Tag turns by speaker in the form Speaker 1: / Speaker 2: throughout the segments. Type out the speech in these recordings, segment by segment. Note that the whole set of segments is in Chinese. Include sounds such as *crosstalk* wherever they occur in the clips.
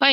Speaker 1: 欢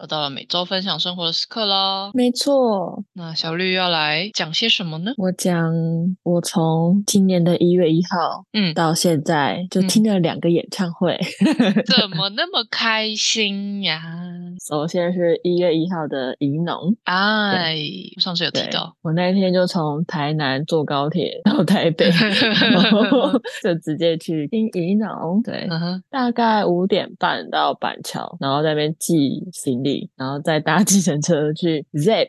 Speaker 1: 又到了每周分享生活的时刻啦，
Speaker 2: 没错，
Speaker 1: 那小绿要来讲些什么
Speaker 2: *laughs*
Speaker 1: 呢？
Speaker 2: 我讲我从今年的一月一号
Speaker 1: 嗯，
Speaker 2: 到现在就
Speaker 1: 嗯
Speaker 2: 听了两个演唱会。 *laughs*
Speaker 1: 怎么那么开心呀？
Speaker 2: 首先是一月一号的宜农，
Speaker 1: 哎，我上次有提到，
Speaker 2: 我那一天就从台南坐高铁到台
Speaker 1: *laughs*
Speaker 2: 北，然后就直接去听宜农，对，
Speaker 1: 嗯哼，
Speaker 2: 大概五点半到板桥，然后在那边寄行李，然后再搭计程车去 Zep，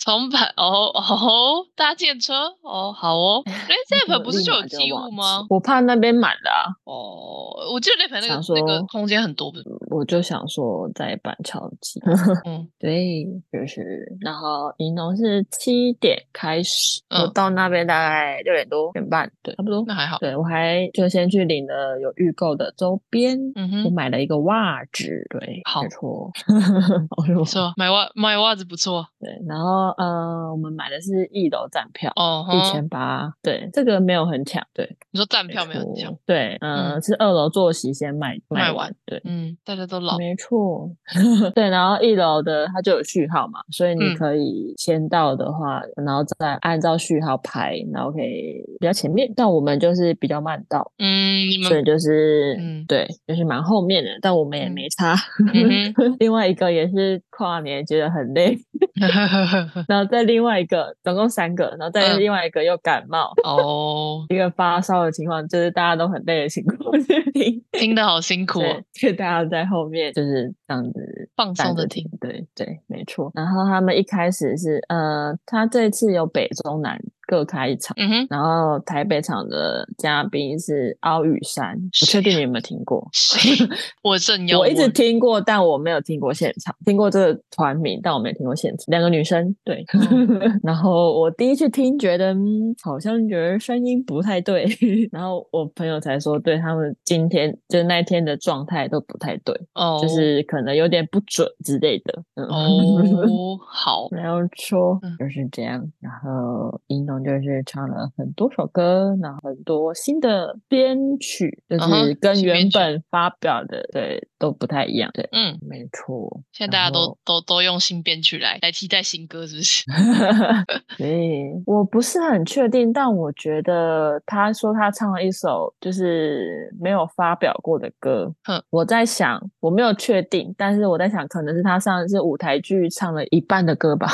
Speaker 1: 重版哦哦，搭建车哦，好哦。哎
Speaker 2: *laughs*
Speaker 1: ，Zep 不是就有寄物吗？？
Speaker 2: 我怕那边满了啊、
Speaker 1: 哦，我记得 Zep 那
Speaker 2: 想
Speaker 1: 个
Speaker 2: 说
Speaker 1: 那个空间很多，不
Speaker 2: *laughs*
Speaker 1: 是？
Speaker 2: 我就想说在板桥寄，
Speaker 1: 嗯
Speaker 2: 对，就是，然后银龙是七点开始，我
Speaker 1: 嗯
Speaker 2: 到那边大概六点多、六点半，对，差不多
Speaker 1: 那。还好。
Speaker 2: 对我还就先去领了有预购的周边，
Speaker 1: 嗯
Speaker 2: 我
Speaker 1: 哼，
Speaker 2: 买了一个袜子，对，
Speaker 1: 好
Speaker 2: 没错， *laughs* 好用
Speaker 1: 不错，买袜买袜子不错
Speaker 2: 对，然后呃，我们买的是一楼站票。
Speaker 1: 哦。
Speaker 2: 一
Speaker 1: 哼
Speaker 2: 千八，对，这个没有很抢，对，
Speaker 1: 你说站票没有很强
Speaker 2: 错，对，呃、
Speaker 1: 嗯
Speaker 2: 是二楼坐席先卖
Speaker 1: 卖
Speaker 2: 卖
Speaker 1: 完
Speaker 2: 完，对，
Speaker 1: 嗯，大家都老，
Speaker 2: 没错， *laughs* 对，然后一楼的它就有序号嘛，所以
Speaker 1: 嗯
Speaker 2: 你可以先到的话，然后再按照序号排，然后可以比较前面。但我们就是比较慢到，
Speaker 1: 嗯，你
Speaker 2: 所以
Speaker 1: 们，
Speaker 2: 就是、
Speaker 1: 嗯
Speaker 2: 对，就是蛮后面的，但我们也
Speaker 1: 嗯
Speaker 2: 没差。
Speaker 1: 嗯
Speaker 2: *laughs* 另外一个也是跨年，觉得很累， *laughs*
Speaker 1: 哼，
Speaker 2: 然后再另外一个，总共三个，然后再
Speaker 1: 嗯
Speaker 2: 另外一个又感冒。
Speaker 1: 哦，
Speaker 2: 一个发烧的情况，就是大家都很累的情况 *laughs* 去听，
Speaker 1: 听得好辛苦哦
Speaker 2: 对，，就大家在后面就是这样子
Speaker 1: 放
Speaker 2: 站
Speaker 1: 松
Speaker 2: 着
Speaker 1: 的听，，
Speaker 2: 对对，没错。然后他们一开始是呃，他这次有北中南各开一场，
Speaker 1: 嗯哼，
Speaker 2: *laughs* 然后台北场的嘉宾是奥羽山，
Speaker 1: 谁
Speaker 2: 不确定你有没有听过。
Speaker 1: 谁？我正要
Speaker 2: 我一直
Speaker 1: 问
Speaker 2: 听过，但我没有听过现场，听过这个团名，但我没有听过现场。两个女生，对。
Speaker 1: 嗯
Speaker 2: *laughs* 然后我第一次听，觉得、嗯、好像觉得声音不太对， *laughs* 然后我朋友才说，对他们今天就那一天的状态都不太对。
Speaker 1: 哦，
Speaker 2: 就是可能有点不准之类的。嗯， *laughs*
Speaker 1: 哦，好，
Speaker 2: 没有错
Speaker 1: 嗯，
Speaker 2: 就是这样。然后银龙就是唱了很多首歌，然后很多新的编曲，就
Speaker 1: 嗯哼
Speaker 2: 是跟
Speaker 1: 新编
Speaker 2: 原
Speaker 1: 曲
Speaker 2: 本发表的对都不太一样。对，
Speaker 1: 嗯，
Speaker 2: 没错。
Speaker 1: 现在大家
Speaker 2: 然
Speaker 1: 都
Speaker 2: 后
Speaker 1: 都都用新编曲来来替代新歌，是不是？ *laughs*
Speaker 2: 对，我不是很确定，但我觉得他说他唱了一首就是没有发表过的歌。
Speaker 1: 哼
Speaker 2: 我在想，我没有确定，但是我在想，可能是他上一次舞台剧唱了一半的歌吧，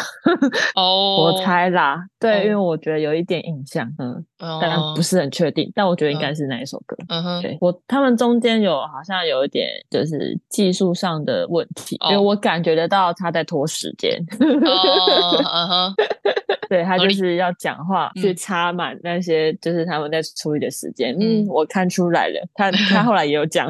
Speaker 1: 哦，
Speaker 2: 我，猜啦。对，因为
Speaker 1: 哦
Speaker 2: 我觉得有一点印象，嗯，但
Speaker 1: 嗯
Speaker 2: 不，是很确定，但我觉得应
Speaker 1: 嗯
Speaker 2: 该是那一首歌。
Speaker 1: 嗯哼，
Speaker 2: 对我，他们中间有好像有一点就是技术上的问题，因为
Speaker 1: 哦
Speaker 2: 我感觉得到他在拖时间。 *laughs*
Speaker 1: 哦，嗯哼，
Speaker 2: 对他
Speaker 1: 合
Speaker 2: 就
Speaker 1: 理
Speaker 2: 是要讲话，去
Speaker 1: 嗯
Speaker 2: 插满那些就是他们在处理的时间。
Speaker 1: 嗯
Speaker 2: 嗯，我看出来了，
Speaker 1: *laughs*
Speaker 2: 他他后来也有讲，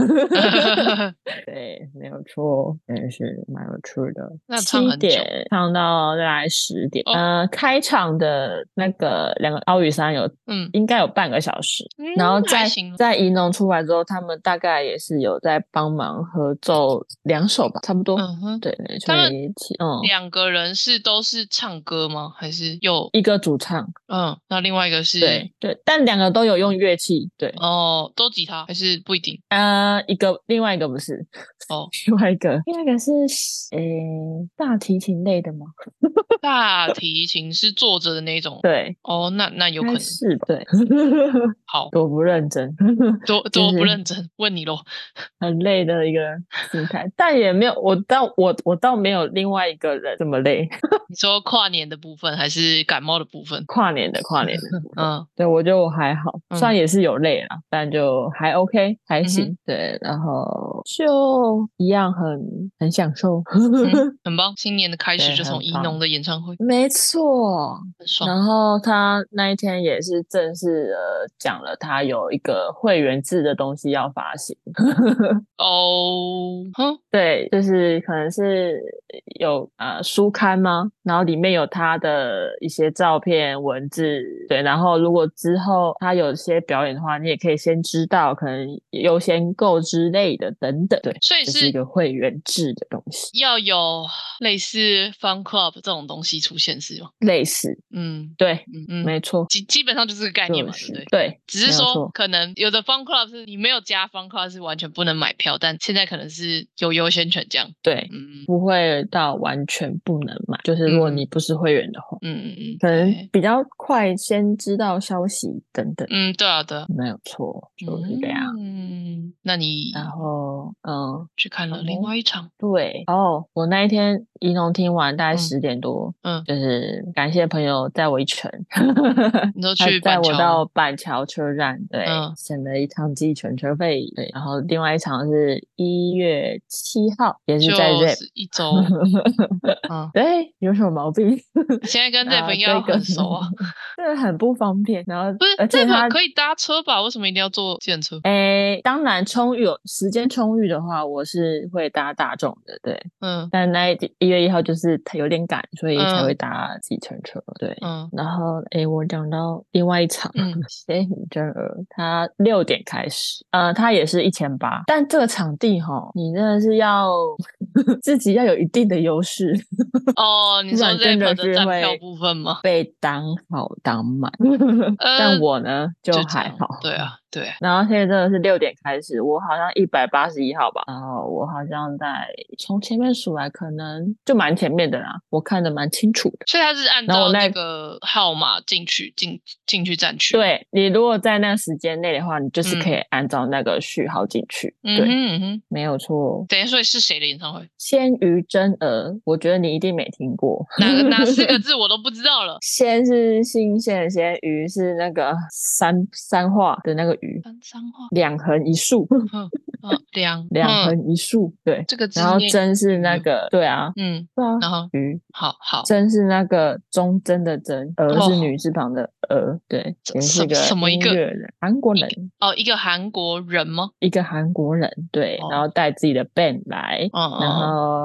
Speaker 2: 对，没有错，也是蛮有趣的。
Speaker 1: 那唱很
Speaker 2: 七
Speaker 1: 久
Speaker 2: 点唱到大概十点，
Speaker 1: 哦
Speaker 2: 呃，开场的那个两个奥羽山有
Speaker 1: 嗯，
Speaker 2: 应该有半个小时，
Speaker 1: 嗯
Speaker 2: 然后
Speaker 1: 还
Speaker 2: 在
Speaker 1: 行了，
Speaker 2: 在银龙出来之后，他们大概也是有在帮忙合奏两首吧，差不多。
Speaker 1: 嗯哼，
Speaker 2: 对，没错
Speaker 1: 他们，
Speaker 2: 嗯，
Speaker 1: 两个人是都是唱歌吗？还是又
Speaker 2: 一个主唱。
Speaker 1: 嗯，那另外一个是
Speaker 2: 对对，但两个都有用乐器，对，
Speaker 1: 哦，都吉他还是不一定
Speaker 2: 呃，一个另外一个不是， *laughs*
Speaker 1: 哦，
Speaker 2: 另外一个另外一个是诶、大提琴类的吗？
Speaker 1: *laughs* 大提琴是坐着的那种
Speaker 2: 对，
Speaker 1: 哦，那那有
Speaker 2: 应
Speaker 1: 可
Speaker 2: 该
Speaker 1: 能
Speaker 2: 是吧？对， *laughs*
Speaker 1: 好，
Speaker 2: 我不认真， *laughs*
Speaker 1: 多多
Speaker 2: 就
Speaker 1: 不
Speaker 2: 是
Speaker 1: 认真，问你咯。
Speaker 2: 很累的一个心态，但也没有我倒我我倒没有另外一个人这么累，
Speaker 1: 你说跨年的部分还是感冒的部分？
Speaker 2: 跨年的跨年的部分， *laughs*
Speaker 1: 嗯，
Speaker 2: 对我觉得我还好，虽然
Speaker 1: 嗯
Speaker 2: 也是有累啦，但就还 OK 还
Speaker 1: 哼
Speaker 2: 行，对，然后就一样很很享受。 *laughs*
Speaker 1: 嗯很棒。新年的开始
Speaker 2: 对
Speaker 1: 就从
Speaker 2: 很
Speaker 1: 宜
Speaker 2: 棒
Speaker 1: 农的演唱会，
Speaker 2: 没错，
Speaker 1: 很爽。
Speaker 2: 然后他那一天也是正式呃讲了，他有一个会员制的东西要发行，
Speaker 1: 哦，哼，
Speaker 2: 对，就是可能是有呃书刊吗？然后里面有他的一些照片、文字、对，然后如果之后他有些表演的话，你也可以先知道，可能优先购之类的等等。对，
Speaker 1: 所以
Speaker 2: 这
Speaker 1: 是
Speaker 2: 是一个会员制的东西，
Speaker 1: 要有类似 fan club 这种东西出现是吗？
Speaker 2: 类似，
Speaker 1: 嗯
Speaker 2: 对，
Speaker 1: 嗯嗯，
Speaker 2: 没错，
Speaker 1: 基基本上就是这个概念嘛，
Speaker 2: 就
Speaker 1: 对不
Speaker 2: 是
Speaker 1: 对？
Speaker 2: 对，
Speaker 1: 只是
Speaker 2: 没有
Speaker 1: 说
Speaker 2: 错
Speaker 1: 可能有的 fan club 是你没有加 fan club 是完全不能买票，但现在可能是有优先权这样。
Speaker 2: 对，
Speaker 1: 嗯
Speaker 2: 不会到完全不能买，就是如果
Speaker 1: 嗯
Speaker 2: 你不是会员的话，
Speaker 1: 嗯嗯嗯，
Speaker 2: 可能
Speaker 1: 对
Speaker 2: 比较快先知道消息等等，
Speaker 1: 嗯对啊对啊，
Speaker 2: 没有错，就是这样。
Speaker 1: 嗯，那你
Speaker 2: 然后，嗯，
Speaker 1: 去看了
Speaker 2: 好
Speaker 1: 另
Speaker 2: 哦
Speaker 1: 外一场，
Speaker 2: 对，哦，我那一天仪农听完大概
Speaker 1: 嗯
Speaker 2: 十点多，
Speaker 1: 嗯
Speaker 2: 就是感谢朋友载我一程， *laughs*
Speaker 1: 你都
Speaker 2: 他
Speaker 1: 去
Speaker 2: 载
Speaker 1: 板
Speaker 2: 我
Speaker 1: 桥
Speaker 2: 到
Speaker 1: 吗，
Speaker 2: 板桥车站，对，
Speaker 1: 嗯
Speaker 2: 省了一趟计程车费，对，然后另外一场是一月七号，也是在
Speaker 1: 就
Speaker 2: Zip，
Speaker 1: 是一周，嗯，
Speaker 2: 对，有什么毛病？ *laughs*
Speaker 1: 现在跟
Speaker 2: 啊
Speaker 1: Zep 应该
Speaker 2: 这个
Speaker 1: 很熟
Speaker 2: *laughs*
Speaker 1: 啊，
Speaker 2: 这很不方便，然后
Speaker 1: 不是
Speaker 2: 而且他
Speaker 1: Zep 可以搭车吧？为什么一定要坐电车？
Speaker 2: 诶，当然充裕有时间充裕的话，我是会搭大众的，对。
Speaker 1: 嗯
Speaker 2: 但那一一月一号就是他有点赶，所以才
Speaker 1: 嗯
Speaker 2: 会搭计程车，对。 *laughs*
Speaker 1: 嗯
Speaker 2: 然后，诶，我讲到另外一场
Speaker 1: 嗯
Speaker 2: *laughs* 《邪影真儿》，它六点开始，呃，它也是一千八，但这个场地哈，你真的是要 *laughs* 自己要有一定的优势，
Speaker 1: 哦，你
Speaker 2: 不
Speaker 1: 说
Speaker 2: 然真
Speaker 1: Zep
Speaker 2: 的
Speaker 1: 的
Speaker 2: 是
Speaker 1: 站票
Speaker 2: 会
Speaker 1: 部分吗？
Speaker 2: 被当好当满。
Speaker 1: 呃
Speaker 2: 但我呢，就
Speaker 1: 就这
Speaker 2: 还
Speaker 1: 样
Speaker 2: 好，
Speaker 1: 对啊，对啊，
Speaker 2: 然后现在真的是六点开始，我好像一百八十一号吧，然后我好像在从前面数来，可能就蛮前面的啦，我看的蛮清楚的。
Speaker 1: 所以他是按
Speaker 2: 然后
Speaker 1: 照
Speaker 2: 我
Speaker 1: 那
Speaker 2: 那
Speaker 1: 个号码进去进进去站区。，
Speaker 2: 对你如果在那时间内的话，你就是
Speaker 1: 嗯
Speaker 2: 可以按照那个序号进去。
Speaker 1: 嗯
Speaker 2: 对，
Speaker 1: 哼嗯哼，
Speaker 2: 没有错。
Speaker 1: 等一下，所以是谁的演唱会？
Speaker 2: 鲜于真儿，我觉得你一定没听过。。
Speaker 1: 哪个哪四个字我都不知道了
Speaker 2: *laughs*
Speaker 1: *laughs*
Speaker 2: 鲜是新鲜的鲜，鱼是那个三三画的那个鱼，
Speaker 1: 三脏话，
Speaker 2: 两横一竖，
Speaker 1: 嗯，两
Speaker 2: 两
Speaker 1: 嗯
Speaker 2: 横一竖，对。
Speaker 1: 这个字
Speaker 2: 然后
Speaker 1: 念
Speaker 2: 真是那
Speaker 1: 鱼
Speaker 2: 个，对啊，
Speaker 1: 嗯，
Speaker 2: 对啊，
Speaker 1: 然后
Speaker 2: 鱼
Speaker 1: 好好，
Speaker 2: 真是那个忠贞的贞，儿
Speaker 1: 哦
Speaker 2: 是女字旁的儿，对，
Speaker 1: 这
Speaker 2: 也
Speaker 1: 什
Speaker 2: 是个
Speaker 1: 什么一
Speaker 2: 音
Speaker 1: 个
Speaker 2: 乐人，韩国
Speaker 1: 一
Speaker 2: 人，
Speaker 1: 哦，一个韩国人吗？
Speaker 2: 一个韩国人，对，
Speaker 1: 哦
Speaker 2: 然后带自己的 band 来。
Speaker 1: 嗯嗯
Speaker 2: 然
Speaker 1: 嗯，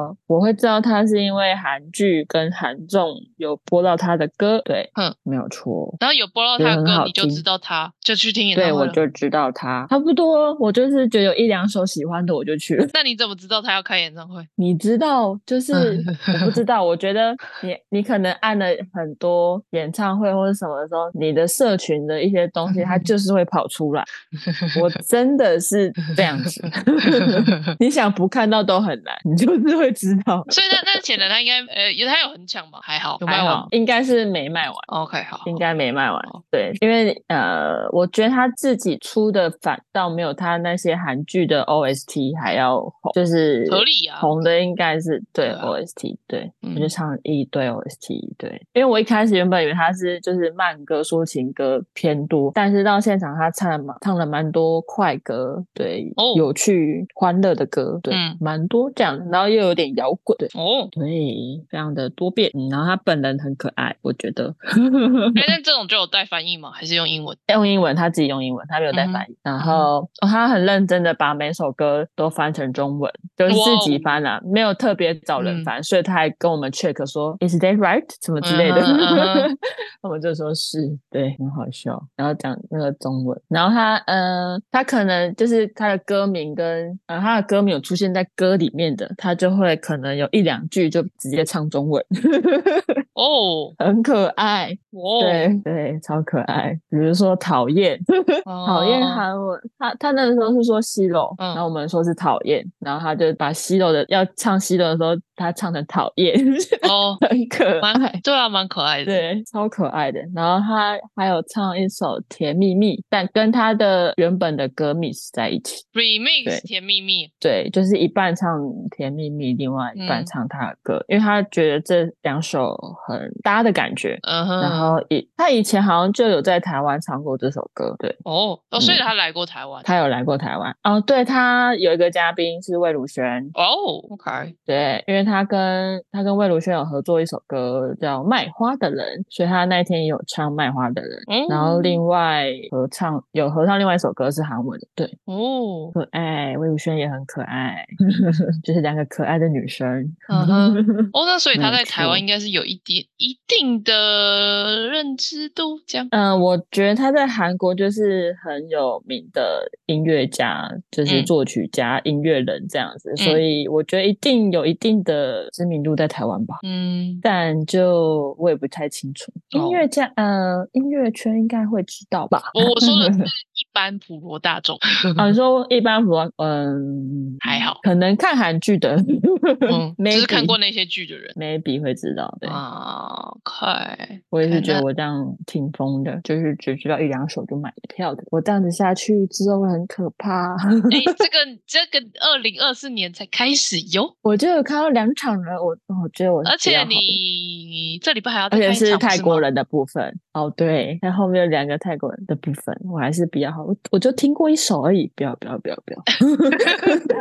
Speaker 2: 后我会知道他是因为韩剧跟韩综有播到他的歌，对，
Speaker 1: 嗯，
Speaker 2: 没有错，
Speaker 1: 然后有播到
Speaker 2: 觉
Speaker 1: 他
Speaker 2: 得
Speaker 1: 的
Speaker 2: 很
Speaker 1: 歌，
Speaker 2: 好
Speaker 1: 你就知
Speaker 2: 听
Speaker 1: 道他，就去听演唱
Speaker 2: 对，
Speaker 1: 会
Speaker 2: 我
Speaker 1: 了。
Speaker 2: 就知道他差不多，我就是觉得有一两首喜欢的我就去了。 *laughs*
Speaker 1: 那你怎么知道他要开演唱会？
Speaker 2: 你知道，就是
Speaker 1: 嗯
Speaker 2: 我不知道，我觉得你你可能按了很多演唱会或者什么的时候，你的社群的一些东西，它就是会跑出来。我真的是这样
Speaker 1: *laughs*
Speaker 2: 子，你想不看到都很难，你就是会知道。
Speaker 1: 所以那那显然他应该呃，有他有很抢吧？还好，有卖
Speaker 2: 还
Speaker 1: 完
Speaker 2: 好，应该是没卖完，
Speaker 1: OK，好，
Speaker 2: 应该没卖完
Speaker 1: 好。
Speaker 2: 对，因为呃，我觉得他自己出的反倒没有他那些韩剧的 OST 还要红，就是
Speaker 1: 合理啊。
Speaker 2: 红的应该是对
Speaker 1: 对啊
Speaker 2: OST，对，我
Speaker 1: 嗯
Speaker 2: 就唱了一堆 OST，对，因为我一开始原本以为他是就是慢歌、抒情歌偏多，但是到现场他唱了蛮唱了蛮多快歌，对，
Speaker 1: 哦
Speaker 2: 有趣欢乐的歌，对，
Speaker 1: 嗯
Speaker 2: 蛮多这样，然后又有点摇滚，对。
Speaker 1: 哦，
Speaker 2: 对，非常的多变、嗯然后他本人很可爱，我觉得。
Speaker 1: 哎，那这种就有带翻译吗？还是用英文？
Speaker 2: 用英文，他自己用英文，他没有带翻译。然
Speaker 1: 嗯哼
Speaker 2: 后、哦、他很认真的把每首歌都翻成中文，就是
Speaker 1: 哇
Speaker 2: 自
Speaker 1: 哦
Speaker 2: 己翻啦、没有特别找人
Speaker 1: 嗯
Speaker 2: 翻，所以他还跟我们 check 说 Is that right 什么之类的，
Speaker 1: 嗯哼嗯哼
Speaker 2: *laughs* 我们就说是对，很好笑。然后讲那个中文，然后他呃，他可能就是他的歌名跟呃他的歌名有出现在歌里面的，他就会可能有一两句就直接唱中文， *laughs*
Speaker 1: 哦，
Speaker 2: 很可爱。
Speaker 1: 哦，
Speaker 2: 对对，超可爱。比如说讨厌，讨厌
Speaker 1: 哦
Speaker 2: 韩文，他他那个时候是说西楼，
Speaker 1: 嗯
Speaker 2: 然后我们说是讨厌，然后他就把西楼的要唱西楼的时候，他唱成讨厌， *laughs*
Speaker 1: 哦，
Speaker 2: 很可爱
Speaker 1: 蛮。对啊，蛮可爱的。
Speaker 2: 对，超可爱的。然后他还有唱一首《甜蜜蜜》，但跟他的原本的歌 mix 在一起。对
Speaker 1: Remix 甜蜜蜜，
Speaker 2: 对，就是一半唱《甜蜜蜜》，另外一半
Speaker 1: 嗯
Speaker 2: 唱他的歌，因为他觉得这两首很搭的感觉。
Speaker 1: 嗯哼，
Speaker 2: 然后以他以前好像就有在台湾唱过这首歌，对
Speaker 1: 哦哦，所以
Speaker 2: 嗯
Speaker 1: 他来过台湾。
Speaker 2: 他有来过台湾哦，对他有一个嘉宾是魏如萱，
Speaker 1: 哦，OK，
Speaker 2: 对，因为他跟他跟魏如萱有合作一首歌叫《卖花的人》，所以他那一天也有唱《卖花的人》
Speaker 1: 嗯
Speaker 2: 然后另外合唱有合唱另外一首歌是韩文的，对，
Speaker 1: 哦，
Speaker 2: 可爱，魏如萱也很可爱， *laughs* 就是两个可爱的女生。
Speaker 1: 嗯哼，哦，那所以他
Speaker 2: 没
Speaker 1: 在台
Speaker 2: 错
Speaker 1: 湾应该是有一点一定的认知度，这样。
Speaker 2: 嗯，我觉得他在韩国就是很有名的音乐家，就是
Speaker 1: 嗯
Speaker 2: 作曲家、音乐人这样子，所
Speaker 1: 嗯
Speaker 2: 以我觉得一定有一定的知名度在台湾吧。
Speaker 1: 嗯，
Speaker 2: 但就我也不太清楚，音
Speaker 1: 哦
Speaker 2: 乐家、呃，音乐圈应该会知道吧？
Speaker 1: 我我说
Speaker 2: *laughs*
Speaker 1: 的是一般普罗大众，
Speaker 2: 啊，你说一般普通，嗯，
Speaker 1: 还好，
Speaker 2: 可能看韩剧的，
Speaker 1: 嗯，只是看
Speaker 2: maybe
Speaker 1: 过那些剧的人
Speaker 2: maybe 会知道。对，
Speaker 1: 啊。OK，
Speaker 2: 我也是
Speaker 1: 看
Speaker 2: 觉得
Speaker 1: 那
Speaker 2: 我这样挺疯的，就是只知道一两首就买票的。我这样子下去之后会很可怕。 *laughs*
Speaker 1: 哎，这个这个二零二四年才开始哟，
Speaker 2: 我就有看到两场了，我我觉得我是
Speaker 1: 而
Speaker 2: *laughs* 比较
Speaker 1: 且
Speaker 2: 好的
Speaker 1: 你这礼拜还要再
Speaker 2: 而且
Speaker 1: 看一
Speaker 2: 是
Speaker 1: 场
Speaker 2: 泰国，
Speaker 1: 不吗
Speaker 2: 人的部分哦，对，但后面有两个泰国人的部分，我还是比较好，我我就听过一首而已，不要不要不要
Speaker 1: *laughs*
Speaker 2: 不要， *laughs*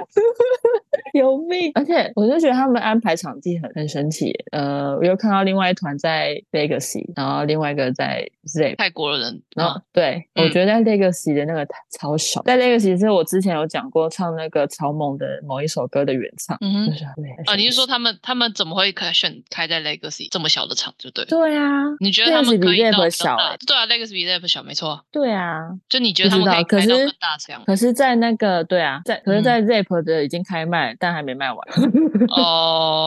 Speaker 2: 有命！而且我就觉得他们安排场地很很神奇，呃，我又看到另外一团在 Legacy，然后另外一个在 Zip。
Speaker 1: 泰国人
Speaker 2: 然
Speaker 1: 啊
Speaker 2: 后，对，我
Speaker 1: 嗯
Speaker 2: 觉得在 Legacy 的那个超少，在 Legacy 是我之前有讲过唱那个草蜢的某一首歌的原唱，
Speaker 1: 嗯
Speaker 2: 就 *laughs*
Speaker 1: 哼。
Speaker 2: 是
Speaker 1: 啊，你是说他们他们怎么会开选开在 Legacy 这么小的场，就对了。
Speaker 2: 对啊，
Speaker 1: 你觉得他们
Speaker 2: Legacy 比
Speaker 1: 可以到
Speaker 2: Rap
Speaker 1: 更
Speaker 2: 小
Speaker 1: 大
Speaker 2: 欸
Speaker 1: 对啊，Legacy 比 Rap 小，没错啊。
Speaker 2: 对啊，
Speaker 1: 就你觉
Speaker 2: 不
Speaker 1: 得他
Speaker 2: 知
Speaker 1: 们
Speaker 2: 道
Speaker 1: 以
Speaker 2: 可
Speaker 1: 开到
Speaker 2: 是
Speaker 1: 更大这
Speaker 2: *laughs*
Speaker 1: 样？
Speaker 2: 可是，在那个对啊，在可是，
Speaker 1: 嗯
Speaker 2: 在 Zip 的已经开卖，但还没卖完。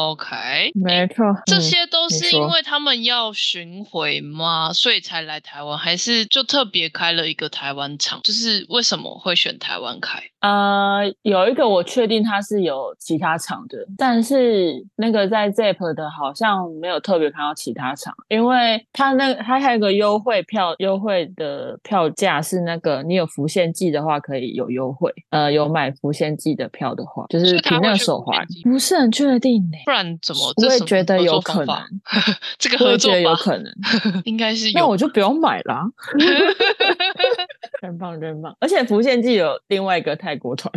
Speaker 1: OK，
Speaker 2: *laughs* 没错，
Speaker 1: 这
Speaker 2: 嗯
Speaker 1: 些都
Speaker 2: 你
Speaker 1: 是
Speaker 2: 说
Speaker 1: 因为他们要巡回吗？所以才来台湾，还是就特别开了一个台湾场？就是为什么会选台湾开？
Speaker 2: 呃，有一个我确定它是有其他厂的，但是那个在 Zip 的好像没有特别看到其他厂，因为它那它还有一个优惠票，优惠的票价是那个你有浮现季的话可以有优惠，呃，有买浮现季的票的话，就是
Speaker 1: 所以它
Speaker 2: 凭那
Speaker 1: 会
Speaker 2: 个
Speaker 1: 去
Speaker 2: 手
Speaker 1: 浮现
Speaker 2: 环
Speaker 1: 季，
Speaker 2: 不是很确定呢、
Speaker 1: 不然怎么？
Speaker 2: 我
Speaker 1: 这
Speaker 2: 也
Speaker 1: 什么
Speaker 2: 觉得
Speaker 1: 合
Speaker 2: 有
Speaker 1: 作
Speaker 2: 可
Speaker 1: 方
Speaker 2: 能
Speaker 1: 法， *laughs* 这个
Speaker 2: 我
Speaker 1: 合
Speaker 2: 也觉
Speaker 1: 作
Speaker 2: 得有
Speaker 1: 法
Speaker 2: 可能。
Speaker 1: 应该是
Speaker 2: 那
Speaker 1: *laughs* 有
Speaker 2: 我就不用买
Speaker 1: *laughs*
Speaker 2: 啦。真棒，真棒！而且福建记有另外一个泰国团，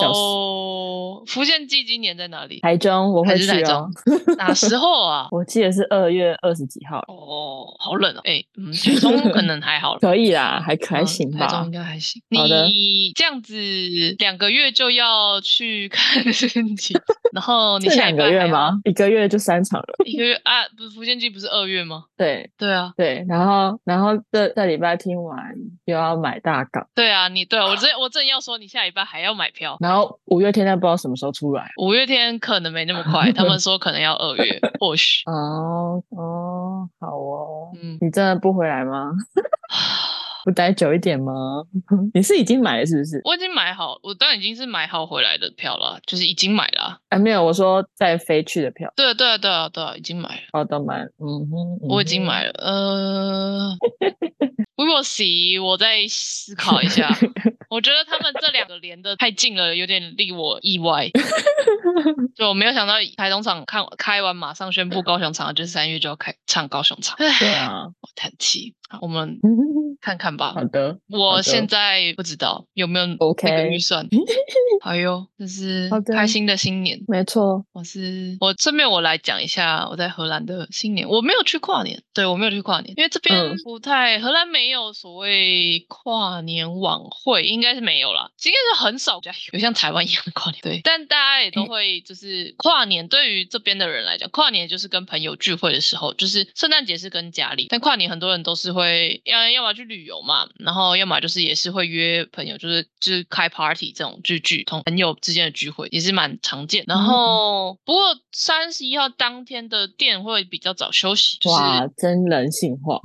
Speaker 2: 笑死
Speaker 1: 哦。福建记今年在哪
Speaker 2: *laughs*
Speaker 1: 里？
Speaker 2: 台中我
Speaker 1: 还
Speaker 2: 会
Speaker 1: 是台
Speaker 2: 去哦
Speaker 1: 中。哪时候啊？
Speaker 2: 我记得是二月二十几号，
Speaker 1: 哦，好冷哦。哎、嗯，台中可能还好啦，
Speaker 2: 可以啦，还可还
Speaker 1: 嗯
Speaker 2: 行
Speaker 1: 台中
Speaker 2: 吧
Speaker 1: 应。该还行。
Speaker 2: 好的
Speaker 1: 你这样子两个月就要去看身体，然后你
Speaker 2: 这
Speaker 1: 下
Speaker 2: 两
Speaker 1: 一
Speaker 2: 个
Speaker 1: 半
Speaker 2: 月
Speaker 1: 还要
Speaker 2: 吗？？一个月就三场了。
Speaker 1: 一个月啊，不是福建记不是二月吗？
Speaker 2: 对
Speaker 1: 对啊，
Speaker 2: 对，然后然后这这礼拜听完又要买大港，
Speaker 1: 对啊，你对我正我正要说你下礼拜还要买票。
Speaker 2: 然后五月天那不知道什么时候出来。
Speaker 1: 五月天可能没那么快，他
Speaker 2: *laughs*
Speaker 1: 们说可能要二月，或许。
Speaker 2: 哦哦，好哦。
Speaker 1: 嗯，
Speaker 2: 你真的不回来 *laughs* 吗？不待久一点吗？ *laughs* 你是已经买了是不是？
Speaker 1: 我已经买好，我当然已经是买好回来的票了，就是已经买了啊。
Speaker 2: 啊，没有，我说在飞去的票，
Speaker 1: 对啊对啊对啊对啊，已经买了。
Speaker 2: 哦，都买了，嗯哼，
Speaker 1: 我已经
Speaker 2: 了，
Speaker 1: 买了，呃
Speaker 2: 嗯
Speaker 1: ，We will see，我再思考一下。 *laughs* 我觉得他们这两个连的太近了，有点令我意
Speaker 2: *laughs*
Speaker 1: 外。就我没有想到台中场看开完，马上宣布高雄场就是三月就要开唱高雄场。
Speaker 2: *laughs* 对
Speaker 1: 唉，
Speaker 2: 啊， *laughs*
Speaker 1: 我叹气。好我们看看吧
Speaker 2: 好。的，
Speaker 1: 我
Speaker 2: 的
Speaker 1: 现在不知道有没有那个
Speaker 2: OK
Speaker 1: 预
Speaker 2: *laughs*
Speaker 1: 算。哎呦，这是
Speaker 2: 好的
Speaker 1: 开心的新年。
Speaker 2: 没错，
Speaker 1: 我是我顺便我来讲一下我在荷兰的新年，我没有去跨年，对我没有去跨年，因为这边
Speaker 2: 嗯
Speaker 1: 不太、荷兰没有所谓跨年晚会，应该是没有啦，应该是很少有像台湾一样的跨年，对，但大家也都会就是跨年，对于这边的人来讲，跨年就是跟朋友聚会的时候，就是圣诞节是跟家里，但跨年很多人都是会要要么去旅游嘛，然后要么就是也是会约朋友，就是就是开 party 这种聚聚，同朋友之间的聚会也是蛮常见，然后。哦，不过三十一号当天的店会比较早休息，就是
Speaker 2: 哇，真人性化，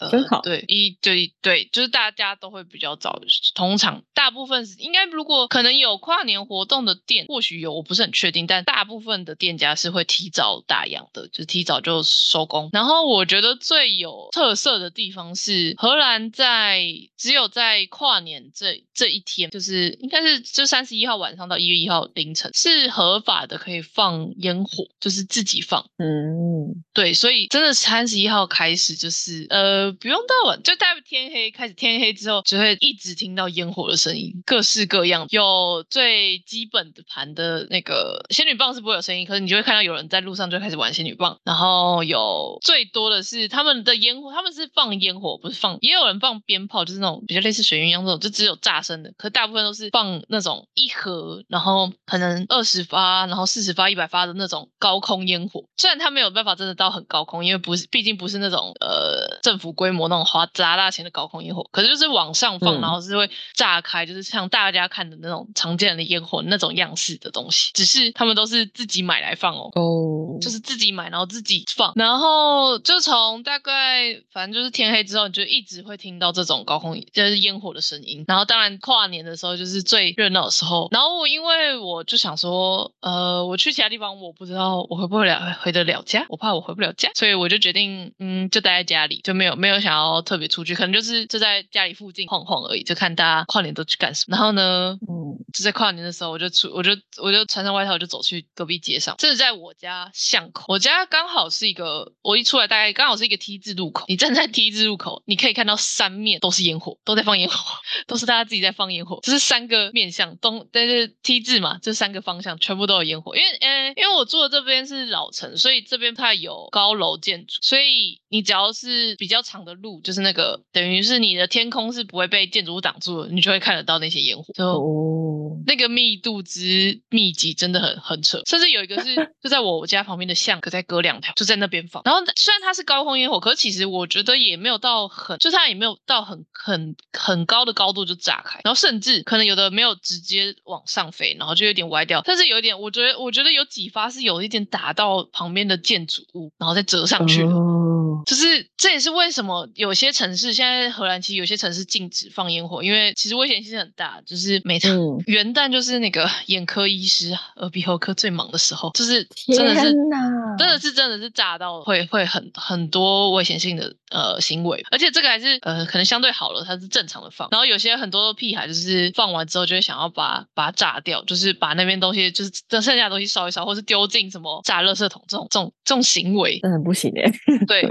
Speaker 1: 呃
Speaker 2: 真好
Speaker 1: 对，一对对，就是大家都会比较早，通常大部分是应该如果可能有跨年活动的店，或许有，我不是很确定，但大部分的店家是会提早打烊的，就是提早就收工。然后我觉得最有特色的地方是荷兰在只有在跨年这这一天，就是应该是就三十一号晚上到一月一号凌晨是合法的，可以放烟火，就是自己放。
Speaker 2: 嗯，
Speaker 1: 对，所以真的三十一号开始就是始呃不用到晚，就大概天黑开始天黑之后，就会一直听到烟火的声音，各式各样。有最基本的盘的那个仙女棒是不会有声音，可是你就会看到有人在路上就开始玩仙女棒。然后有最多的是他们的烟火，他们是放烟火，不是放，也有人放鞭炮，就是那种比较类似水鸳鸯这种，就只有炸声的。可大部分都是放那种一盒，然后可能二十发，然后四十发、一百发的那种高空烟火。虽然它没有办法真的到很高空，因为不是，毕竟不是那种呃政府规模那种花砸大钱的高空烟火，可是就是往上放，
Speaker 2: 嗯
Speaker 1: 然后是会炸开，就是像大家看的那种常见的烟火那种样式的东西。只是他们都是自己买来放哦，
Speaker 2: 哦，
Speaker 1: 就是自己买，然后自己放，然后就从大概反正就是天黑之后，你就一直会听到这种高空就是烟火的声音。然后当然跨年的时候就是最热闹的时候。然后我因为我就想说，呃，我去其他地方我不知道我回不回了回得了家，我怕我回不了家，所以我就决定嗯就待在家里，就没有没有想要特别出去，可能就是就在家里附近晃晃而已，就看大家跨年都去干什么。然后呢，
Speaker 2: 嗯，
Speaker 1: 就在跨年的时候，我就出，我就我就穿上外套，我就走去隔壁街上，这是在我家巷口。我家刚好是一个，我一出来大概刚好是一个 T 字路口。你站在 T 字路口，你可以看到三面都是烟火，都在放烟火， *laughs* 都是大家自己在放烟火。这是三个面向东，但是 T 字嘛，这三个方向全部都有烟火。因为呃，因为我住的这边是老城，所以这边它有高楼建筑，所以你只要是比较长的路，就是那个等于是你的天空是不会被建筑物挡住的，你就会看得到那些烟火。就
Speaker 2: 哦，
Speaker 1: 那个密度之密集真的很很扯，甚至有一个是就在我家旁边的巷，可再隔两条，就在那边放。然后虽然它是高空烟火，可是其实我觉得也没有到很，就它也没有到很很很高的高度就炸开，然后甚至可能有的没有直接往上飞，然后就有点歪掉，但是有一点我觉得我觉得有几发是有一点打到旁边的建筑物，然后再折上去的。
Speaker 2: 哦，
Speaker 1: *laughs* 就是这也是为什么有些城市现在荷兰其实有些城市禁止放烟火，因为其实危险性很大。就是每次
Speaker 2: 嗯
Speaker 1: 元旦就是那个眼科医师、耳鼻喉科最忙的时候，就是真的是
Speaker 2: 天哪，
Speaker 1: 真的是真的是炸到会会很很多危险性的呃行为，而且这个还是呃可能相对好了，它是正常的放。然后有些很多屁孩就是放完之后就会想要把把它炸掉，就是把那边东西就是剩下的东西烧一烧，或是丢进什么炸垃圾桶这种这种这种行为，
Speaker 2: 真的不行哎，
Speaker 1: 对。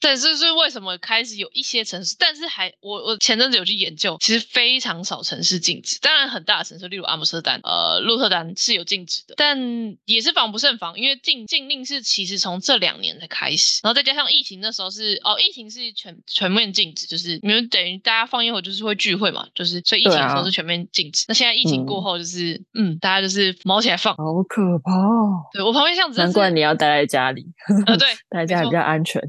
Speaker 1: 对，这就是为什么开始有一些城市，但是还我我前阵子有去研究，其实非常少城市禁止。当然，很大的城市，例如阿姆斯特丹、呃鹿特丹是有禁止的，但也是防不胜防，因为禁禁令是其实从这两年才开始，然后再加上疫情那时候是哦，疫情是全全面禁止，就是你们等于大家放烟火就是会聚会嘛，就是所以疫情
Speaker 2: 对
Speaker 1: 的
Speaker 2: 啊
Speaker 1: 时候是全面禁止。那现在疫情过
Speaker 2: 嗯
Speaker 1: 后，就是嗯大家就是毛起来放。
Speaker 2: 好可怕哦，
Speaker 1: 对我旁边巷子真
Speaker 2: 难
Speaker 1: 是，
Speaker 2: 怪你要待在家里，
Speaker 1: 呃对，
Speaker 2: *laughs* 待在家
Speaker 1: 没
Speaker 2: 里
Speaker 1: 错
Speaker 2: 比较安全，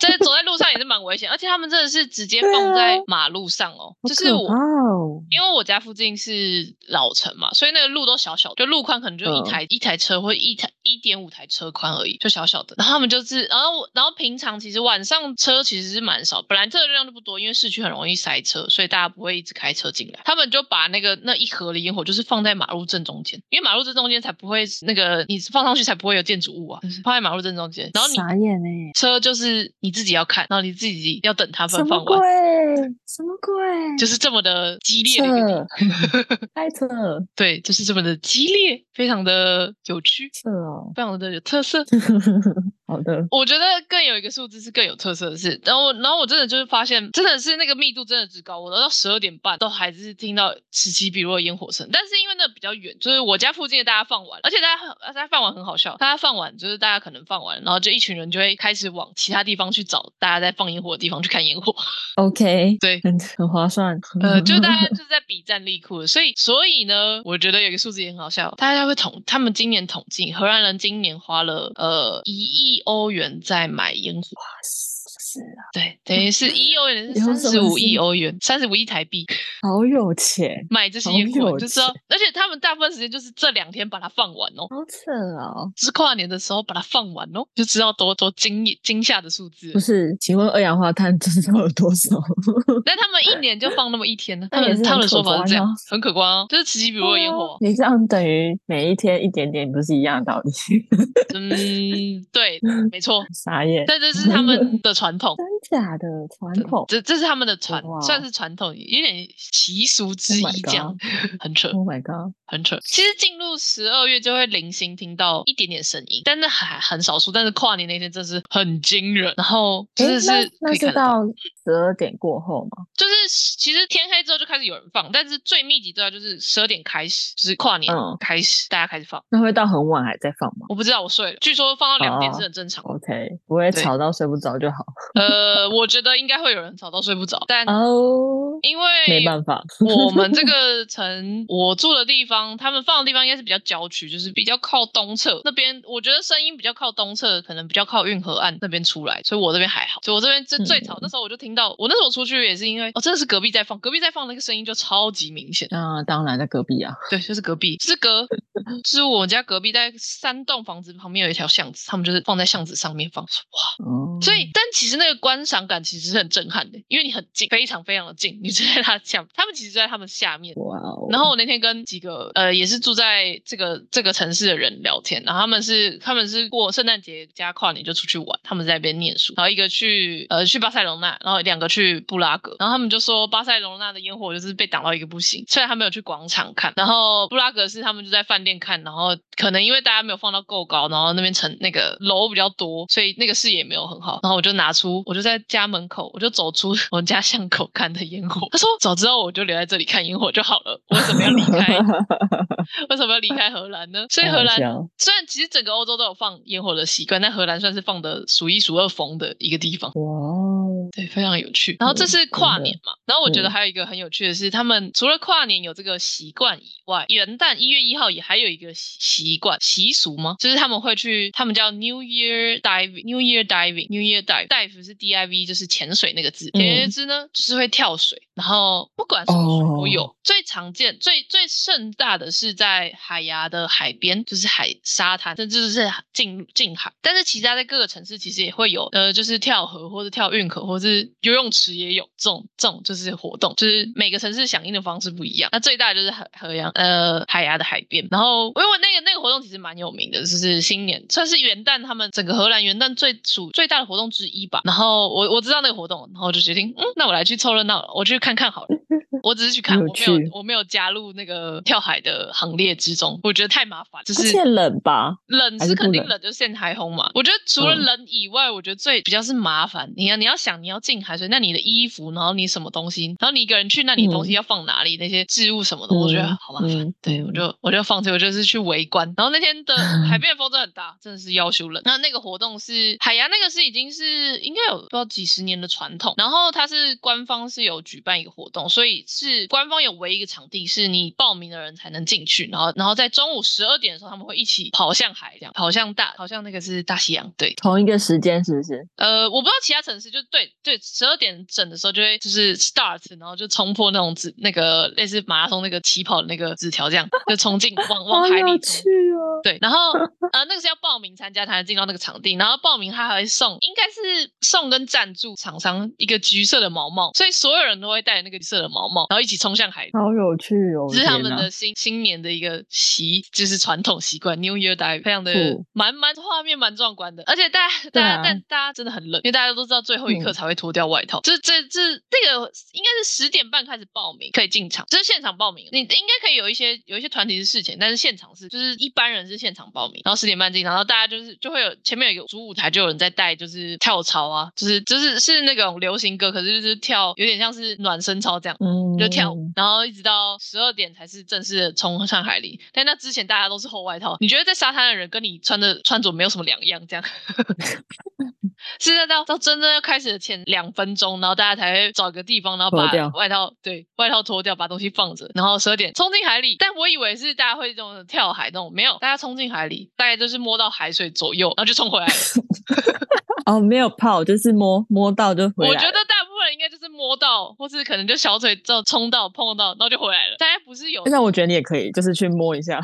Speaker 1: 真的走在路上也是蛮危险，而且他们真的是直接
Speaker 2: 对啊
Speaker 1: 放在马路上哦，
Speaker 2: 好
Speaker 1: 就是
Speaker 2: 可
Speaker 1: 我
Speaker 2: 怕。哦，
Speaker 1: 因为我家附近是老城嘛，所以那个路都小小的，就路宽可能就
Speaker 2: 嗯
Speaker 1: 一台、一台车或一台一点五台车宽而已，就小小的。然后他们就是，然后我然后平常其实晚上车其实是蛮少，本来车的量就不多，因为市区很容易塞车，所以大家不会一直开车进来。他们就把那个那一盒的烟火就是放在马路正中间，因为马路正中间才不会那个你放上去才不会有建筑物啊，
Speaker 2: 嗯
Speaker 1: 放在马路正中间，然后你
Speaker 2: 傻眼哎，
Speaker 1: 车就是你自己要看，然后你自己要等它
Speaker 2: 什
Speaker 1: 们
Speaker 2: 么
Speaker 1: 放
Speaker 2: 鬼
Speaker 1: 完，？
Speaker 2: 什么鬼？
Speaker 1: 就是是这么的激烈的一个地方，
Speaker 2: 扯，太扯了
Speaker 1: 对，就是这么的激烈，非常的有趣，*laughs*
Speaker 2: 扯哦，
Speaker 1: 非常的有特色。
Speaker 2: 好的，
Speaker 1: 我觉得更有一个数字是更有特色的是，然后我然后我真的就是发现，真的是那个密度真的之高，我到十二点半都还是听到此起彼落的烟火声，但是因为那比较远，就是我家附近的大家放完，而且大家很大家放完很好笑，大家放完就是大家可能放完，然后就一群人就会开始往其他地方去找大家在放烟火的地方去看烟火。
Speaker 2: OK，
Speaker 1: 对
Speaker 2: 很很划算。
Speaker 1: 呃，
Speaker 2: *laughs*
Speaker 1: 就是大
Speaker 2: 嗯
Speaker 1: 家就是在比战力库，所以所以呢，我觉得有一个数字也很好笑，大家会统，他们今年统计，荷兰人今年花了呃一亿欧元在买烟火，
Speaker 2: 是啊，
Speaker 1: 对，等于是一亿欧元
Speaker 2: *laughs* 有
Speaker 1: 是
Speaker 2: 什
Speaker 1: 三十
Speaker 2: 么
Speaker 1: 五
Speaker 2: 事
Speaker 1: 亿欧元，三十五亿台币
Speaker 2: 好有钱，
Speaker 1: 买这些
Speaker 2: 好
Speaker 1: 烟火，
Speaker 2: 有
Speaker 1: 你就知道
Speaker 2: 钱，
Speaker 1: 而且他们大部分时间就是这两天把它放完哦。
Speaker 2: 好扯哦！
Speaker 1: 就是跨年的时候把它放完哦，就知道多多惊惊吓的数字
Speaker 2: 不 *laughs*
Speaker 1: 了。
Speaker 2: 是，请问二氧化碳真的有多少？
Speaker 1: *laughs* 但他们一年就放那么一天呢，他
Speaker 2: *laughs* 那也
Speaker 1: 们
Speaker 2: 是
Speaker 1: 他
Speaker 2: 很
Speaker 1: 们的说
Speaker 2: 可
Speaker 1: 法是这
Speaker 2: 观
Speaker 1: 样
Speaker 2: 哦，
Speaker 1: 很可观哦，就是此起彼落的烟火
Speaker 2: *laughs*
Speaker 1: 哦。
Speaker 2: 你这样等于每一天一点点，不是一样的道理？ *laughs*
Speaker 1: 嗯，对，没错，
Speaker 2: 傻眼，
Speaker 1: 但这是他们的传统。
Speaker 2: 真假的 *laughs* 传统？
Speaker 1: 这这是他们的传
Speaker 2: 哇，
Speaker 1: 算是传统，有点习俗之
Speaker 2: Oh my
Speaker 1: 一，这样很扯。
Speaker 2: Oh my god！
Speaker 1: 很扯。其实进入十二月就会零星听到一点点声音，但那还很少数。但是跨年那天真是很惊人，然后真
Speaker 2: 诶
Speaker 1: 的是
Speaker 2: 那
Speaker 1: 可
Speaker 2: 那
Speaker 1: 以看
Speaker 2: 是
Speaker 1: 得到
Speaker 2: 到十二点过后吗？
Speaker 1: 就是其实天黑之后就开始有人放，但是最密集最后就是十二点开始，就是跨年
Speaker 2: 嗯
Speaker 1: 开始、大家开始放。
Speaker 2: 那会到很晚还在放吗
Speaker 1: 我不知道，我睡了。据说放到两点
Speaker 2: 哦
Speaker 1: 是很正常的。
Speaker 2: ？OK，不会
Speaker 1: 对
Speaker 2: 吵到睡不着就好。
Speaker 1: 呃，我觉得应该会有人吵到睡不着，但
Speaker 2: 哦，
Speaker 1: 因
Speaker 2: 没
Speaker 1: 为
Speaker 2: 办法，
Speaker 1: 我们
Speaker 2: *laughs*
Speaker 1: 这个城，我住的地方，他们放的地方应该是比较郊区，就是比较靠东侧那边。我觉得声音比较靠东侧，可能比较靠运河岸那边出来，所以我这边还好。所以我这边最
Speaker 2: 嗯
Speaker 1: 最吵，那时候我就听到，我那时候出去也是因为，哦，真的是隔壁在放，隔壁在放那个声音就超级明显。
Speaker 2: 啊，当然在隔壁啊。
Speaker 1: 对，就是隔壁，是隔，就是我们家隔壁在三栋房子旁边有一条巷子，他们就是放在巷子上面放，哇。
Speaker 2: 哦，
Speaker 1: 所以，但其实那个观赏感其实是很震撼的，因为你很近，非常非常的近，你就在他下，他们其实就在他们下面，
Speaker 2: 哇哦， *laughs*
Speaker 1: 然后我那天跟几个呃也是住在这个这个城市的人聊天，然后他们是他们是过圣诞节加跨年就出去玩，他们在那边念书，然后一个去呃去巴塞隆纳，然后两个去布拉格，然后他们就说巴塞隆纳的烟火就是被挡到一个不行，虽然他没有去广场看，然后布拉格是他们就在饭店看，然后可能因为大家没有放到够高，然后那边城那个楼比较多，所以那个视野没有很好，然后我就拿出我就在家门口，我就走出 *laughs* 我们家巷口看的烟火，他说早知道我就留在这里看烟火就好了，我为什么要离
Speaker 2: *laughs*
Speaker 1: 开？为什么要离开荷兰呢？所以
Speaker 2: 太
Speaker 1: 荷
Speaker 2: 好
Speaker 1: 兰
Speaker 2: 笑
Speaker 1: 虽然其实整个欧洲都有放烟火的习惯，但荷兰算是放的数一数二疯的一个地方。
Speaker 2: 哇哦，
Speaker 1: 对，非常有趣。然后这
Speaker 2: 嗯
Speaker 1: 是
Speaker 2: 真
Speaker 1: 跨
Speaker 2: 的
Speaker 1: 年嘛，然后我觉得
Speaker 2: 嗯
Speaker 1: 还有一个很有趣的是，他们除了跨年有这个习惯以外，元旦一月一号也还有一个习习惯习俗吗？就是他们会去，他们叫 New Year Diving，New Year Diving，New Year Dive，Dive 是 D I V，就是潜水那个字。
Speaker 2: 嗯
Speaker 1: 简而言之呢，就是会跳水，然后不管什么水都有。
Speaker 2: 哦
Speaker 1: 最常见、最最盛大的是在海牙的海边，就是海沙滩，甚至是近近海。但是其他在各个城市其实也会有，呃，就是跳河或者跳运河，或是游泳池也有这种这种就是活动，就是每个城市响应的方式不一样。那最大的就是海河洋呃海牙的海边，然后因为那个那个活动其实蛮有名的，就是新年算是元旦他们整个荷兰元旦最主最大的活动之一吧。然后我我知道那个活动，然后我就决定，嗯，那我来去凑热闹了，我去看看好了。我只是去看，
Speaker 2: 有
Speaker 1: 我没有
Speaker 2: 趣
Speaker 1: 我没有加入那个跳海的行列之中，我觉得太麻烦，就
Speaker 2: 而
Speaker 1: 是
Speaker 2: 且冷吧？
Speaker 1: 冷
Speaker 2: 还
Speaker 1: 是
Speaker 2: 是不
Speaker 1: 肯定
Speaker 2: 冷
Speaker 1: 冷，就是限台风嘛。我觉得除了
Speaker 2: 嗯
Speaker 1: 冷以外，我觉得最比较是麻烦。你要你要想你要进海水，那你的衣服，然后你什么东西，然后你一个人去，那你东西
Speaker 2: 嗯
Speaker 1: 要放哪里？那些置物什么的，我觉得好麻烦。
Speaker 2: 嗯
Speaker 1: 对，我就我就放弃，我就是去围观。然后那天的海边的风真的很大，真的是要求冷。那那个活动是海洋，那个是已经是应该有不知道几十年的传统。然后它是官方是有举办一个活动，所以是官方有围一个场地，是你报名的人才能进去。然后然后在中午十二点的时候，他们会一起跑向海，这样跑向大，跑向那个是大西洋。对，
Speaker 2: 同一个时间是不是？
Speaker 1: 呃，我不知道其他城市，就对对，十二点整的时候就会就是 start，然后就冲破那种纸那个类似马拉松那个起跑的那个纸条，这样就冲进往往
Speaker 2: 好
Speaker 1: 海
Speaker 2: 有
Speaker 1: 里冲。
Speaker 2: 趣哦！
Speaker 1: 对，然后呃，那个是要报名参加才能进到那个场地，然后报名他还会送，应该是送跟赞助厂商一个橘色的毛毛，所以所有人都会戴那个橘色的毛毛，然后一起冲向海里。
Speaker 2: 好有趣哦！
Speaker 1: 这是他
Speaker 2: 天
Speaker 1: 们
Speaker 2: 哪
Speaker 1: 的新新年的一个习，就是传统习惯，New Year Dive，非常的
Speaker 2: 酷
Speaker 1: 蛮蛮画面蛮壮观的，而且大家大
Speaker 2: 对
Speaker 1: 家、
Speaker 2: 啊
Speaker 1: 但大家真的很冷，因为大家都知道最后一刻
Speaker 2: 嗯
Speaker 1: 才会脱掉外套。这这这那个应该是十点半开始报名可以进场，这是现场报名，你应该可以有一些有一些团体是事前，但是现场是就是一般人是现场报名，然后十点半进场，然后大家就是就会有前面有一个主舞台，就有人在带就是跳操啊，就是就是是那种流行歌，可是就是跳有点像是暖身操这样。
Speaker 2: 嗯，
Speaker 1: 就跳舞，然后一直到十二点才是正式的冲上海里。但那之前大家都是厚外套，你觉得在沙滩的人跟你穿的穿着没有什么两样，这样。 *laughs* 是要到到真正要开始的前两分钟，然后大家才会找个地方，然后把
Speaker 2: 脱掉
Speaker 1: 外套对外套脱掉，把东西放着，然后十二点冲进海里。但我以为是大家会这种跳海那种，没有，大家冲进海里，大概就是摸到海水左右，然后就冲回来了。
Speaker 2: 哦，没有泡，就是摸摸到就 *laughs* 回来
Speaker 1: 我
Speaker 2: 了。
Speaker 1: 觉得大部分人应该就是摸到，或是可能就小腿就冲到碰到，然后就回来了。大家不是有
Speaker 2: 那我觉得你也可以，就是去摸一下。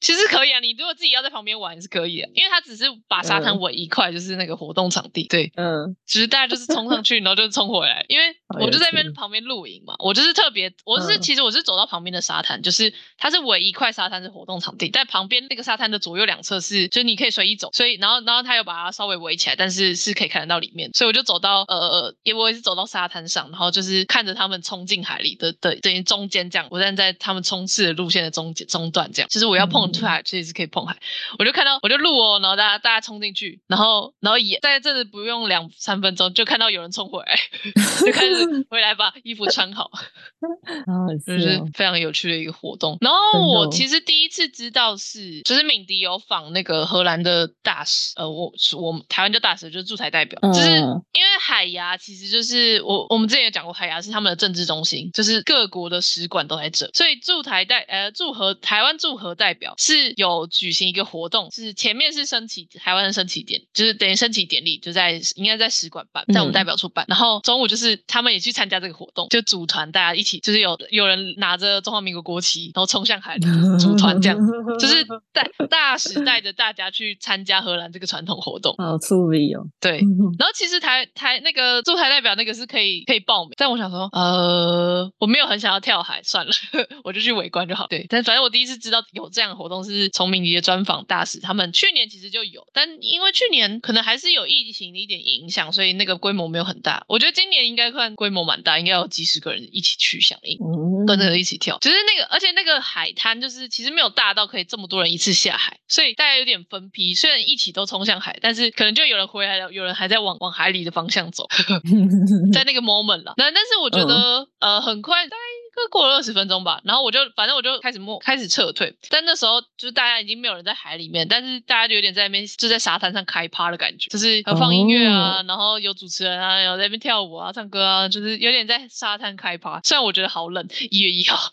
Speaker 1: 其实可以啊，你如果自己要在旁边玩也是可以的，因为他只是把沙滩围一块，就是那个活动场地。对，
Speaker 2: 嗯，
Speaker 1: 只是大家就是冲上去，然后就冲回来，因为
Speaker 2: 好
Speaker 1: 我
Speaker 2: 有
Speaker 1: 就在那边
Speaker 2: 趣
Speaker 1: 旁边露营嘛，我就是特别，我是、
Speaker 2: 嗯
Speaker 1: 其实我是走到旁边的沙滩，就是它是唯一一块沙滩是活动场地，但旁边那个沙滩的左右两侧是，就是你可以随意走，所以然后然后它又把它稍微围起来，但是是可以看得到里面，所以我就走到呃，也我也是走到沙滩上，然后就是看着他们冲进海里的的等于中间这样，我站在他们冲刺的路线的中间中段这样，就是我要碰
Speaker 2: 嗯
Speaker 1: 海，其实是可以碰海，我就看到我就录哦，然后大家大家冲进去，然后然后也在这里不用两三分钟就看到有人冲回
Speaker 2: *laughs*
Speaker 1: 来， *laughs* 就开始回来把衣服穿好，
Speaker 2: 好好笑
Speaker 1: 就
Speaker 2: 哦，
Speaker 1: 是非常有趣的一个活动。然
Speaker 2: 真
Speaker 1: 后
Speaker 2: 的
Speaker 1: 我
Speaker 2: 哦
Speaker 1: 其实第一次知道是，就是敏迪有访那个荷兰的大使，呃，我我们台湾叫大使，就是驻台代表，就是
Speaker 2: 嗯
Speaker 1: 因为海牙其实就是我我们之前也讲过，海牙是他们的政治中心，就是各国的使馆都在这，所以驻台代呃驻和台湾驻和代表是有举行一个活动，是前面是升旗台湾的升旗典，就是等于升旗典礼就在应该在使馆办，在我们
Speaker 2: 嗯
Speaker 1: 代表处办，然后中午就是他们也去参加这个活动，就组团大家一起，就是有有人拿着中华民国国旗，然后冲向海
Speaker 2: *laughs*
Speaker 1: 里就是组团这样子。就是带大使带着大家去参加荷兰这个传统活动，
Speaker 2: 好处理哦。
Speaker 1: 对，然后其实台台那个驻台代表那个是可以可以报名，但我想说，呃，我没有很想要跳海，算了， *laughs* 我就去围观就好。对，但反正我第一次知道有这样的活动是从敏迪的专访大使，他们去年其实就有，但因为去年可能还是有疫情的一点影响，所以那个规模没有很大。我觉得今年应该算规模蛮大，应该有几十个人一起去响应。
Speaker 2: 嗯，
Speaker 1: 跟着一起跳，就是那个，而且那个海滩就是其实没有大到可以这么多人一次下海，所以大家有点分批，虽然一起都冲向海，但是可能就有人回来了，有人还在往往海里的方向走，
Speaker 2: *laughs*
Speaker 1: 在那个 moment 了。那但是我觉得、呃，很快大概一个过了二十分钟吧，然后我就反正我就开始默开始撤退，但那时候就是大家已经没有人在海里面，但是大家就有点在那边就在沙滩上开趴的感觉，就是有放音乐啊，然后有主持人啊，有在那边跳舞啊、唱歌啊，就是有点在沙滩开趴。虽然我觉得好冷，一月一号，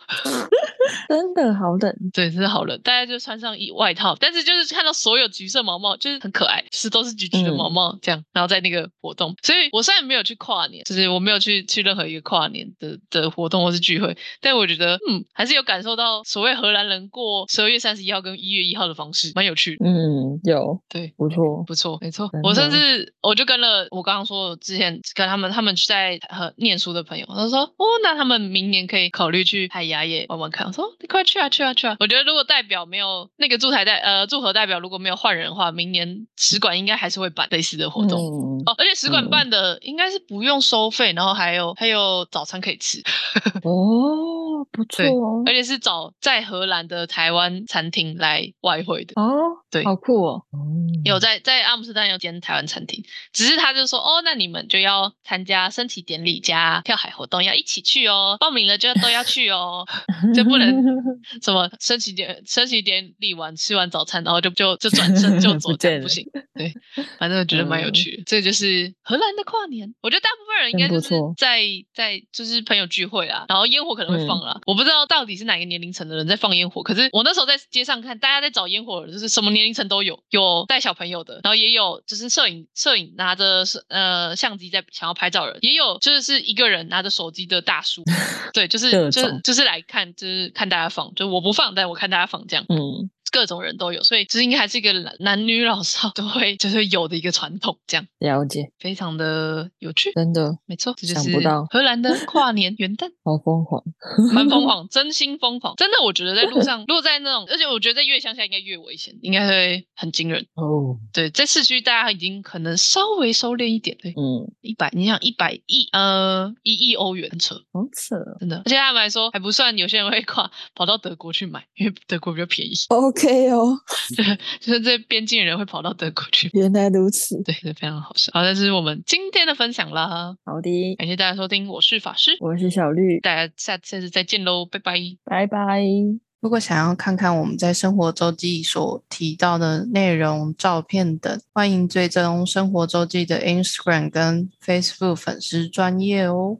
Speaker 2: 真的好冷，
Speaker 1: 对，真的好冷，大家就穿上一外套，但是就是看到所有橘色毛毛，就是很可爱，就是都是橘橘的毛毛、这样，然后在那个活动，所以我虽然没有去跨年，就是我没有去去任何一个跨年的的活动或是聚会，但我觉得嗯，还是有感受到所谓荷兰人过十二月三十一号跟一月一号的方式，蛮有趣的，
Speaker 2: 嗯，有
Speaker 1: 对。
Speaker 2: 不错，
Speaker 1: 不错，没错
Speaker 2: 真。
Speaker 1: 我甚
Speaker 2: 的
Speaker 1: 至我就跟了我刚刚说的之前跟他们他们在和念书的朋友，他说哦，那他们明年可以考虑去海牙也玩玩看。我说你快去啊，去啊，去啊！我觉得如果代表没有那个驻台代呃驻和代表如果没有换人的话，明年使馆应该还是会办类似的活动。
Speaker 2: 嗯，
Speaker 1: 哦，而且使馆
Speaker 2: 嗯
Speaker 1: 办的应该是不用收费，然后还有还有早餐可以吃，
Speaker 2: 哦，不错
Speaker 1: 对哎
Speaker 2: 哦
Speaker 1: 而，且是找在荷兰的台湾餐厅来外汇的。
Speaker 2: 哦，
Speaker 1: 对
Speaker 2: 好酷哦，
Speaker 1: 有在在阿姆斯特丹有间台湾餐厅，只是他就说哦，那你们就要参加升旗典礼加跳海活动，要一起去哦，报名了就都要去哦，就不能什么升旗典升旗典礼完吃完早餐，然后就就就转身就走，
Speaker 2: *laughs* 不
Speaker 1: 这样
Speaker 2: 见
Speaker 1: 不
Speaker 2: 了
Speaker 1: 行。对，反正我觉得蛮有
Speaker 2: 嗯
Speaker 1: 趣的，这就是荷兰的跨年。我觉得大部分人应该
Speaker 2: 真
Speaker 1: 就
Speaker 2: 不
Speaker 1: 是
Speaker 2: 错
Speaker 1: 在在就是朋友聚会啊，然后烟火可能
Speaker 2: 嗯
Speaker 1: 会放啦，我不知道到底是哪个年龄层的人在放烟火。可是我那时候在街上看，大家在找烟火，就是什么年龄层都有，有带小朋友的，然后也有就是摄影摄影拿着摄呃相机在想要拍照的人，也有就是一个人拿着手机的大叔，对，就是
Speaker 2: 各
Speaker 1: 就是
Speaker 2: 种
Speaker 1: 就是来看就是看大家放，就我不放，但我看大家放这样。
Speaker 2: *laughs* 嗯，
Speaker 1: 各种人都有，所以这应该还是一个男男女老少都会就是会有的一个传统，这样
Speaker 2: 了解，
Speaker 1: 非常的有趣。
Speaker 2: 真的
Speaker 1: 没错，这就
Speaker 2: 想
Speaker 1: 是
Speaker 2: 不到
Speaker 1: 荷兰的跨年元
Speaker 2: *laughs*
Speaker 1: 旦。
Speaker 2: 好疯狂，
Speaker 1: 蛮疯狂，真心疯狂，真的，我觉得在路
Speaker 2: *laughs*
Speaker 1: 上，如果在那种，而且我觉得在越乡下应该越危险，应该会很惊人。
Speaker 2: 哦，
Speaker 1: 对，在市区大家已经可能稍微收敛一点，对，
Speaker 2: 嗯，
Speaker 1: 一百，你想一百亿，呃，一亿欧元很扯，
Speaker 2: 好扯
Speaker 1: 真的，而且他们来说还不算，有些人会跨跑到德国去买，因为德国比较便宜， *laughs*
Speaker 2: ，OK 哦，
Speaker 1: 就是这边境人会跑到德国去买。 *laughs*
Speaker 2: 原来如此，
Speaker 1: 对，这非常好笑。好，那是我们今天的分享啦，
Speaker 2: 好的，
Speaker 1: 感谢大家收听，我是法师，
Speaker 2: 我是小绿，
Speaker 1: 大家下下次再见喽，拜拜。
Speaker 2: 拜拜，
Speaker 3: 如果想要看看我们在生活周记所提到的内容、照片等，欢迎追踪生活周记的 Instagram 跟 Facebook 粉丝专业哦。